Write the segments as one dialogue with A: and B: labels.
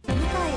A: 蘭の調和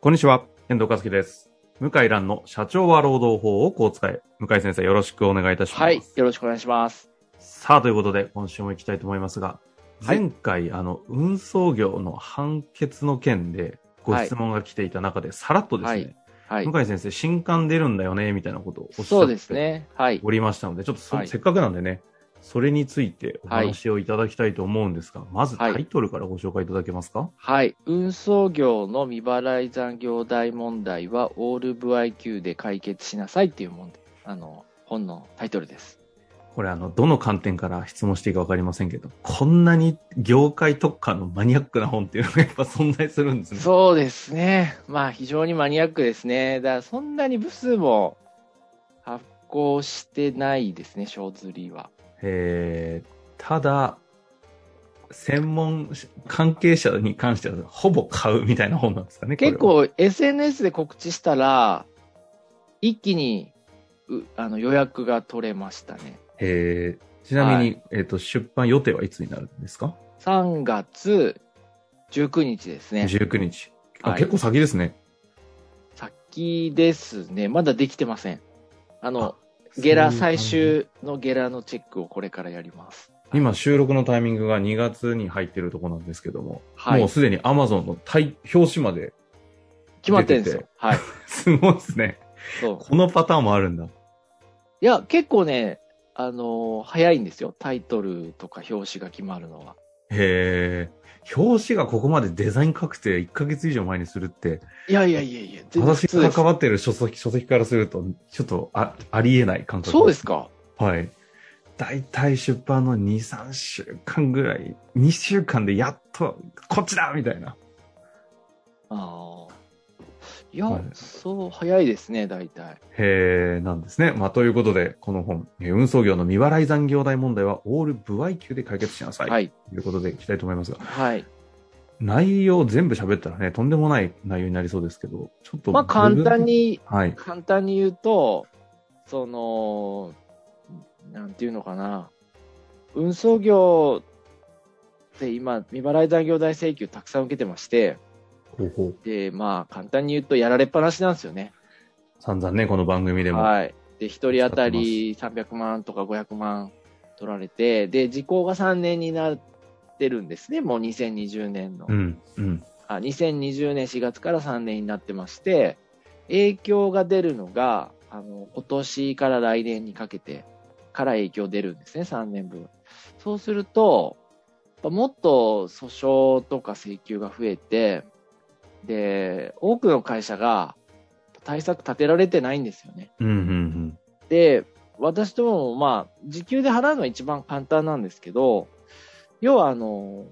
B: こんにちは、遠藤和樹です。向井蘭の社長は労働法をこう使え。向井先生、よろしくお願いいたします。
C: はい、よろしくお願いします。
B: さあ、ということで、今週も行きたいと思いますが、
C: はい
B: 前回、あの、運送業の判決の件で、ご質問が来ていた中で、さらっとですね、
C: はいはい。
B: 向井先生、新刊出るんだよね、みたいなことをおっし
C: そ
B: ゃ
C: う
B: っ
C: です
B: て
C: ね。はい。
B: おりましたので、ちょっとそ、
C: はい
B: せっかくなんでね、それについてお話をいただきたいと思うんですが、まず
C: はい
B: タイトルからご紹介いただけますか
C: はい。運送業の未払い残業代問題はオールブ IQ で解決しなさいっていう問題、あの、本のタイトルです。
B: これあの、どの観点から質問していいかわかりませんけど、こんなに業界特化のマニアックな本っていうのがやっぱ存在するんですね。
C: そうですね。まあ、非常にマニアックですね。だから、そんなに部数も発行してないですね、小釣りは。
B: えー、ただ、専門し関係者に関してはほぼ買うみたいな本なんですかね。これは
C: 結、構 SNS で告知したら、一気に、うあの予約が取れましたね。
B: えー、ちなみに、
C: は
B: えっ、と、出版予定はいつになるんですか、
C: 3月19日ですね。
B: ?19 日。あ、
C: はい
B: 結構先ですね。
C: 先ですね。まだできてません。あの、ゲラ、
B: そういう
C: 最
B: 感じ。
C: 終のゲラのチェックをこれからやります。
B: 今収録のタイミングが2月に入ってるとこなんですけども、
C: はい
B: もう。すでに Amazon の対表紙まで、
C: 決まってるんです
B: 出
C: よ。はい。
B: すごいですね。
C: そう。
B: このパターンもあるんだ。
C: いや、結構ね、あのー早いんですよ。タイトルとか表紙が決まるのは。
B: へえ。表紙がここまでデザイン確定1ヶ月以上前にするって、
C: いやいやいやいや、全然
B: 私
C: 普通で
B: が
C: す
B: 関。わってる書籍、書籍からすると、ちょっとあありえない感覚。
C: そうですか。
B: はい。大体出版の2、3週間ぐらい、2週間でやっと、こっちだみたいな。
C: ああ。いや、
B: はい
C: そう、早いですね、大体。
B: へえ、なんですね。まあ、ということで、この本、えー運送業の未払い残業代問題はオール不合級で解決しなさい。
C: はい。
B: ということでいきたいと思いますが、
C: はい。
B: 内容全部喋ったらね、とんでもない内容になりそうですけど、ちょっと。
C: まあ、簡単。に
B: はい。
C: 簡単に言うと、その、なんていうのかな、運送業って今、未払い残業代請求たくさん受けてまして、
B: ほうほう
C: で、まあ、簡単に言うと、やられっぱなしなんですよね。
B: 散々ね、この番組でも。
C: はい。で、一人当たり300万とか500万取られて、で、時効が3年になってるんですね、もう2020年の。
B: うん、うん。
C: あ2020年4月から3年になってまして、影響が出るのが、あの、今年から来年にかけてから影響出るんですね、3年分。そうすると、やっぱもっと訴訟とか請求が増えて、で、多くの会社が対策立てられてないんですよね。
B: うん、うん、
C: で、私どももまあ、時給で払うのは一番簡単なんですけど、要はあの、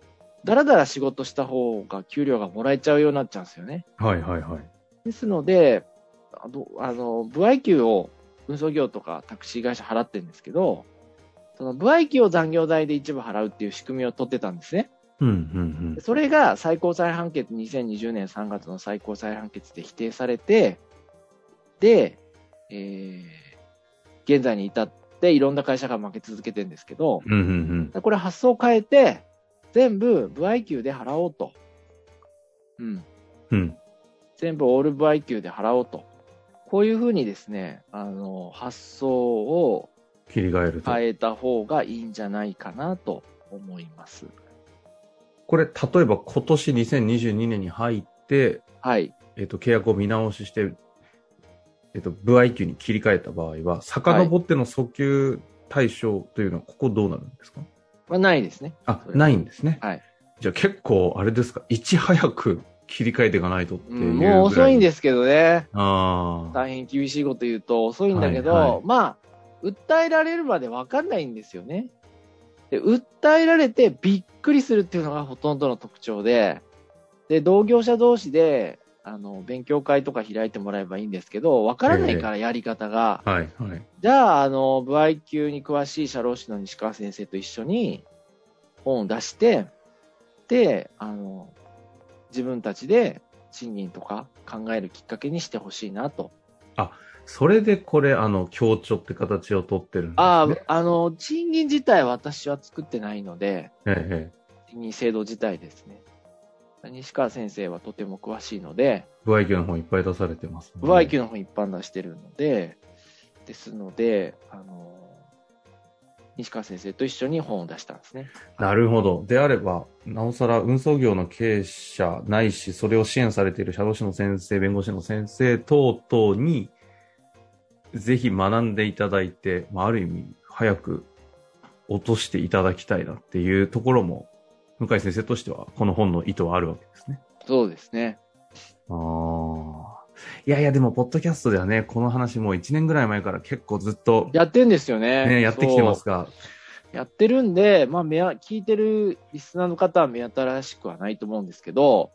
C: だらだら仕事した方が給料がもらえちゃうようになっちゃうんですよね。
B: うん。はい、はい、はい。
C: ですので、あの、あの不合給を運送業とかタクシー会社払ってるんですけど、その不合給を残業代で一部払うっていう仕組みを取ってたんですね。
B: うん、うん、
C: それが最高裁判決、2020年3月の最高裁判決で否定されて、で、えー現在に至っていろんな会社が負け続けてるんですけど、
B: うん。うん、うん、
C: これ発想を変えて、全部不合給で払おうと。うん。
B: うん。うん。
C: 全部オールバイ級で払おうと。こういうふうにですね、あの、発想を
B: 切り替えると。
C: 変えた方がいいんじゃないかなと思います。
B: これ、例えば今年2022年に入って、
C: はい。
B: えっ、と、契約を見直しして、えっ、と、不合級に切り替えた場合は、遡っての訴求対象というのは、ここどうなるんですか、
C: まあ、ないですね。
B: あ、
C: それ
B: ないんですね。
C: はい。
B: じゃあ結構、あれですか、いち早く切り替えていかないとっていううぐらい、
C: ん、もう遅いん
B: す。
C: ですけどね。
B: ああ。
C: 大変厳しいこと言うと遅いんだけど、
B: はいはい
C: まあ、訴えられるまでわかんないんですよね。で、訴えられてびっくりするっていうのがほとんどの特徴で、で、同業者同士で、あの、勉強会とか開いてもらえばいいんですけど、わからないからやり方が、
B: はい、はい。
C: じゃあ、あの、部合級に詳しい社労士の西川先生と一緒に本を出して、で、あの、自分たちで賃金とか考えるきっかけにしてほしいなと。
B: それでこれ、あの、強調って形をとってるんです、ね。
C: ああ、あの、賃金自体私は作ってないので、
B: ええ。
C: 賃金制度自体ですね。西川先生はとても詳しいので、
B: 不合級の本いっぱい出されてます、ね。
C: 不合級の本一般出してるので、ですので、あの、西川先生と一緒に本を出したんですね。
B: なるほど。であれば、なおさら運送業の経営者ないし、それを支援されている社労士の先生、弁護士の先生等々に、ぜひ学んでいただいて、まあ、ある意味、早く落としていただきたいなっていうところも、向井先生としては、この本の意図はあるわけですね。
C: そうですね。
B: ああ。いやいや、でも、ポッドキャストではね、この話もう1年ぐらい前から結構ずっと、
C: やってんですよね。
B: ね、やってきてますが、
C: そう。やってるんで、まあ、目は、聞いてるリスナーの方は目新しくはないと思うんですけど、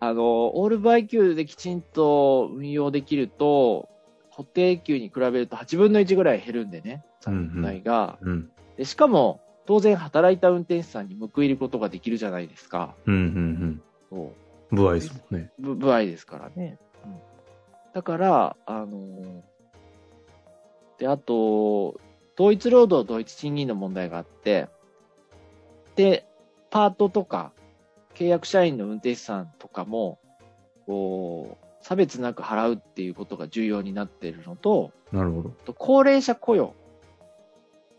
C: あの、オールバイ級できちんと運用できると、固定給に比べると8分の1ぐらい減るんでね、
B: うんうん
C: 残代が。
B: うん。
C: でしかも、当然働いた運転手さんに報いることができるじゃないですか。
B: うん、うん、
C: そう
B: うん。不合ですもんね。
C: ぶ部合ですからね。うん、だから、あのーで、あと、同一労働同一賃金の問題があって、で、パートとか、契約社員の運転手さんとかも、こう、差別なく払うっていうことが重要になっているのと、
B: なるほど。
C: あと高齢者雇用。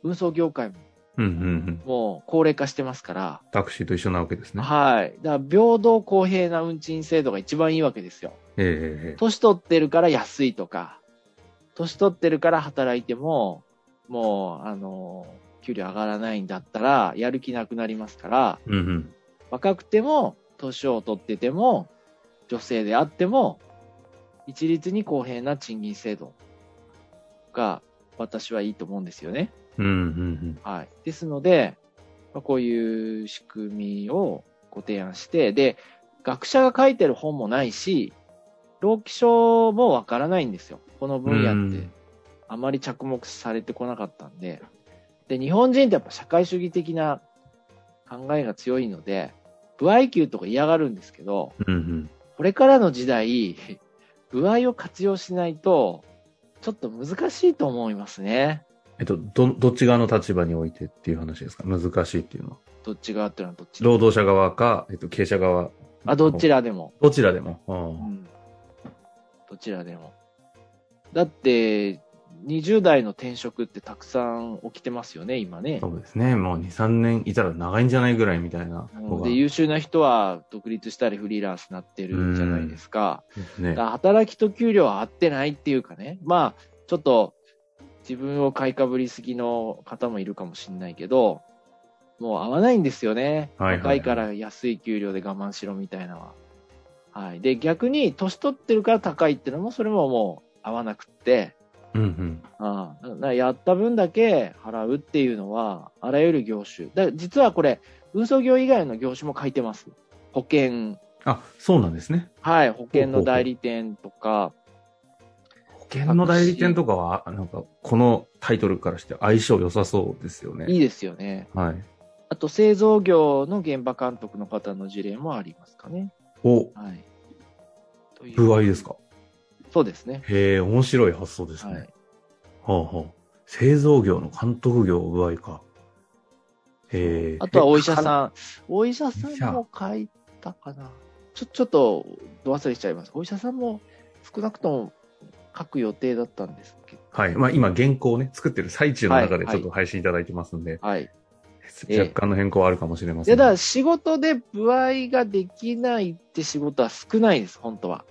C: 運送業界も
B: うん、うん、うん。
C: もう高齢化してますから、
B: タクシーと一緒なわけですね。
C: はい。だから平等公平な運賃制度が一番いいわけですよ。
B: ええ
C: 年取ってるから安いとか、年取ってるから働いても、もう、あの、給料上がらないんだったら、やる気なくなりますから、
B: うんうん。
C: 若くても、年を取ってても、女性であっても、一律に公平な賃金制度が、私はいいと思うんですよね。
B: うんうん
C: はい。ですので、まあ、こういう仕組みをご提案して、で、学者が書いてる本もないし、老気症もわからないんですよ。この分野っ
B: う
C: て
B: ん、
C: あまり着目されてこなかったんで。で、日本人ってやっぱ社会主義的な考えが強いので、不愛給とか嫌がるんですけど、
B: うん。うんうん。
C: これからの時代、 不愛を活用しないと、ちょっと難しいと思いますね。
B: えっと、ど、どっち側の立場においてっていう話ですか難しいっていうのは。
C: どっち側っていうのはどっち
B: 労働者側か、えっと、経営者側。
C: あ、どちらでも。
B: どちらでも。
C: うんどちらでも。だって、20代の転職ってたくさん起きてますよね、今ね。
B: そうですね。もう2、3年いたら長いんじゃないぐらいみたいな
C: な
B: の
C: の
B: が。
C: で、優秀な人は独立したりフリーランスになってるじゃないですか。
B: ね
C: だか。ら働きと給料は合ってないっていうかね。まあ、ちょっと自分を買いかぶりすぎの方もいるかもしれないけど、もう合わないんですよね。
B: はいはいはい
C: 若いから安い給料で我慢しろみたいなのは。はい。で、逆に年取ってるから高いってのも、それももう合わなくって、
B: うんうん。
C: ああ、なやった分だけ払うっていうのは、あらゆる業種。だ実はこれ、運送業以外の業種も書いてます。保険、
B: あ、そうなんですね。
C: はい、保険の代理店とか、
B: 保険の代理店とかは、なんか、このタイトルからして相性良さそうですよ
C: い
B: ね。
C: いですよね。
B: はい。
C: あと、製造業の現場監督の方の事例もありますかね。
B: お、
C: はい。という
B: 不合ですか
C: そうですね。
B: へえ、面白い発想です
C: は
B: ね
C: い。。
B: はあはあ。製造業の監督業不合か。へえ。
C: あとはお医者
B: ん。
C: さん。お医者さんも書いたかな。ちょ、ちょっと、ど忘れしちゃいます。お医者さんも少なくとも書く予定だったんですけど。
B: はい。まあ今原稿をね、作ってる最中の中で
C: はい
B: ちょっと配信いただいてますんで、
C: はい。ええ
B: 若干の変更はあるかもしれま
C: い
B: せん
C: や、だ
B: が、
C: から仕事で歩合ができないって仕事は少ないです、本当は。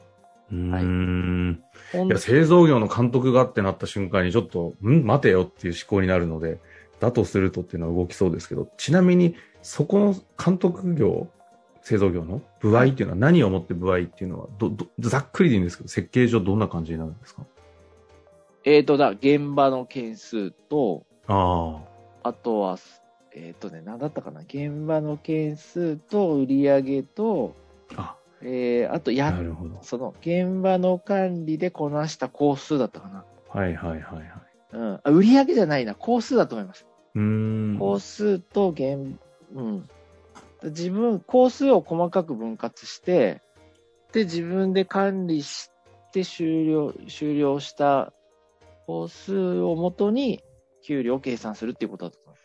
B: うーん。
C: ほん
B: いや、製造業の監督がってなった瞬間にちょっと、ん待てよっていう思考になるので、だとするとっていうのは動きそうですけど、ちなみに、そこの監督業、製造業の部合っていうのは何をもって部合っていうのは、ど、ど、ざっくりでいいんですけど、設計上どんな感じになるんですか
C: えっ、と、だ、現場の件数と、
B: ああ。
C: あとは、えっ、とね、何だったかな、現場の件数と売り上げと、
B: あ、
C: えーあとや
B: な、るほど。
C: その現場の管理でこなした工数だったかな。
B: はいはいはいはい。
C: うん、あ売り上げじゃないな、工数だと思います。
B: うーん。
C: 工数と現、うん。自分、工数を細かく分割して、で、自分で管理して終了、終了した工数をもとに、給料を計算するっていうことだと思います。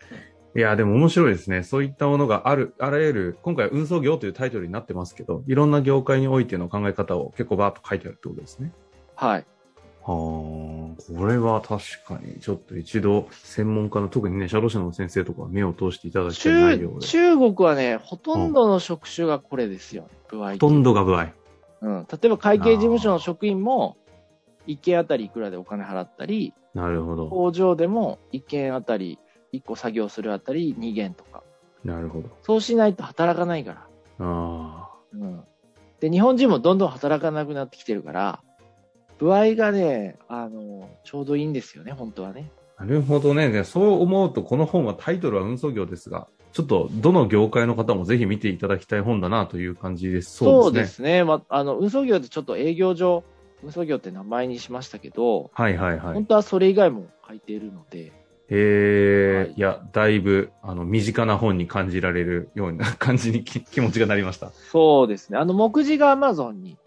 B: いや、でも面白いですね。そういったものがある、あらゆる、今回運送業というタイトルになってますけど、いろんな業界においての考え方を結構バーッと書いてあるってことですね。
C: はい。
B: はあ、これは確かに、ちょっと一度、専門家の、特にね、社労士の先生とかは目を通していただきたい内
C: 中
B: 容で。
C: 中国はね、ほとんどの職種がこれですよ、ね、部合
B: ほとんどが不合。
C: うん。例えば会計事務所の職員も、1件あたりいくらでお金払ったり、
B: なるほど。
C: 工場でも1件あたり、1個作業するあたり2件とか。
B: なるほど。
C: そうしないと働かないから。
B: ああ。
C: うん。で、日本人もどんどん働かなくなってきてるから、部合がね、あの、ちょうどいいんですよね、本当はね。
B: なるほどね。でそう思うと、この本はタイトルは運送業ですが、ちょっとどの業界の方もぜひ見ていただきたい本だなという感じです。
C: そ
B: そうう
C: で
B: ですね。
C: すね。ま、あの、運送業ってちょっと営業上、運送業って名前にしましたけど、
B: はいはいはい
C: 本。当はそれ以外も書いているので、
B: へえ、
C: はい
B: い、や、だいぶ、あの、身近な本に感じられる ような感じにき 気持ちがなりました。
C: そうですね。あの、目次が Amazon に、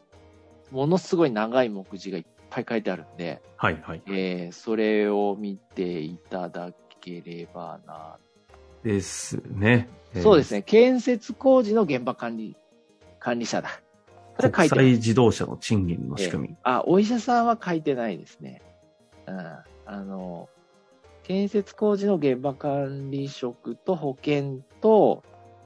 C: ものすごい長い目次がいっぱい書いてあるんで、
B: はいはい。
C: えーそれを見ていただければな。
B: ですね。
C: そうです
B: ね。
C: ね。建設工事の現場管理、管理者だ。これ書
B: 国
C: いてな
B: 際
C: い。
B: 自動車の賃金の仕組み。
C: あ、お医者さんは書いてないですね。うん。あの、建設工事の現場管理職と保険と、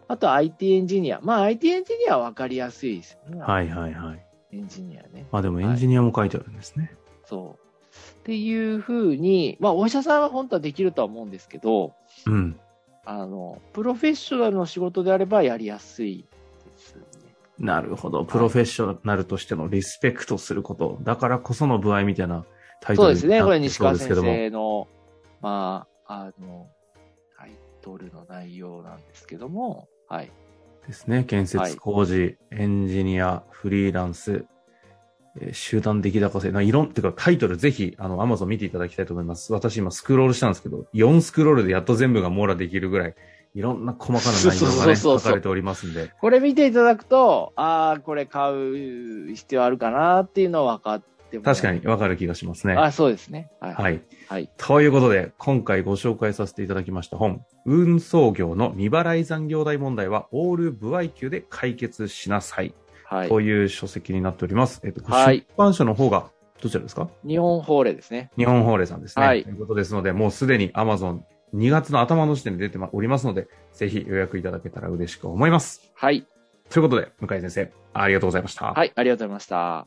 C: あと IT エンジニア。まあ IT エンジニアは分かりやすいですよね。
B: はいはいはい。
C: エンジニアね。
B: まあでもエンジニアも書いてあるんですね。
C: そう。っていうふうに、まあ、お医者さんは本当はできるとは思うんですけど、
B: うん。
C: あの、プロフェッショナルの仕事であればやりやすいですね。
B: なるほど。プロフェッショナルとしてのリスペクトすること。だからこその部合みたいなタイ
C: そ
B: ト
C: う
B: ル
C: です
B: に
C: ね。こ
B: な
C: れ
B: って
C: 西
B: そう
C: 川
B: ですけ
C: 先
B: ども。
C: 生の、まあ、あの、タイトルの内容なんですけども、はい。
B: ですね。建設工事、エンジニア、フリーランス、えー集団出来高制。ないろん、てかタイトルぜひ、あの、アマゾン見ていただきたいと思います。私今スクロールしたんですけど、4スクロールでやっと全部が網羅できるぐらい、いろんな細かな内容が
C: そうそうそう
B: ね、
C: そう
B: 書かれておりますんで。
C: これ見ていただくと、ああ、これ買う必要あるかなっていうのは分かってもらえる
B: 確かにわかる気がしますね。
C: あ、そうですね。はい。
B: はい。
C: はい。
B: ということで、今回ご紹介させていただきました本、運送業の未払い残業代問題はオール不合給で解決しなさい。
C: はい。
B: という書籍になっております。えっと、
C: はい
B: 出版社の方がどちらですか
C: 日本法令ですね。
B: 日本法令さんですね。
C: はい
B: ということですので、もうすでに Amazon 2月の頭の時点で出てまおりますので、ぜひ予約いただけたら嬉しく思います。
C: はい。
B: ということで、向井先生、ありがとうございました。
C: はい。ありがとうございました。